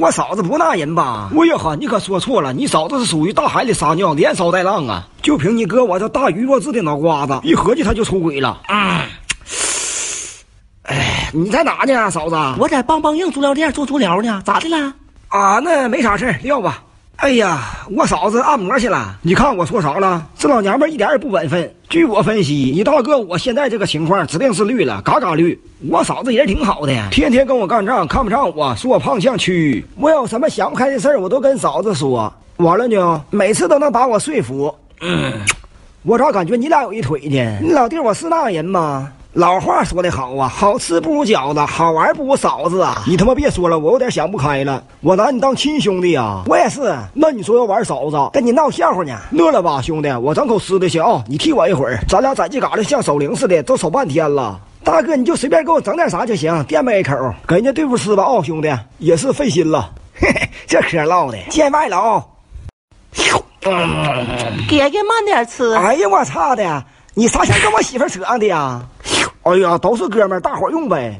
我嫂子不那人吧？哎呀哈，你可说错了，你嫂子是属于大海里撒尿，连骚带浪啊！就凭你哥我这大鱼弱智的脑瓜子，一合计他就出轨了。哎、你在哪呢，嫂子？我在棒棒硬足疗店做足疗呢，咋的了？啊，那没啥事儿撂吧。哎呀，我嫂子按摩去了。你看我说啥了？这老娘们儿一点也不本分。据我分析，你大哥我现在这个情况指定是绿了，嘎嘎绿。我嫂子人挺好的，天天跟我干仗，看不上我，说我胖像蛆。我有什么想不开的事儿，我都跟嫂子说。完了呢，每次都能把我说服。嗯，我咋感觉你俩有一腿呢？你老弟，我是那人吗？老话说得好啊，好吃不如饺子，好玩不如嫂子啊！你他妈别说了，我有点想不开了。我拿你当亲兄弟啊！我也是。那你说要玩嫂子，跟你闹笑话呢？乐了吧，兄弟！我整口吃的去啊！你替我一会儿，咱俩在这嘎达像守灵似的，都守半天了。大哥，你就随便给我整点啥就行，垫吧一口，给人家对付吃吧啊、哦，兄弟！也是费心了， 嘿嘿，这嗑唠的见外了啊、哦！姐姐慢点吃。哎呀，我操的！你啥前跟我媳妇扯上的呀？哎呀，都是哥们儿，大伙用呗。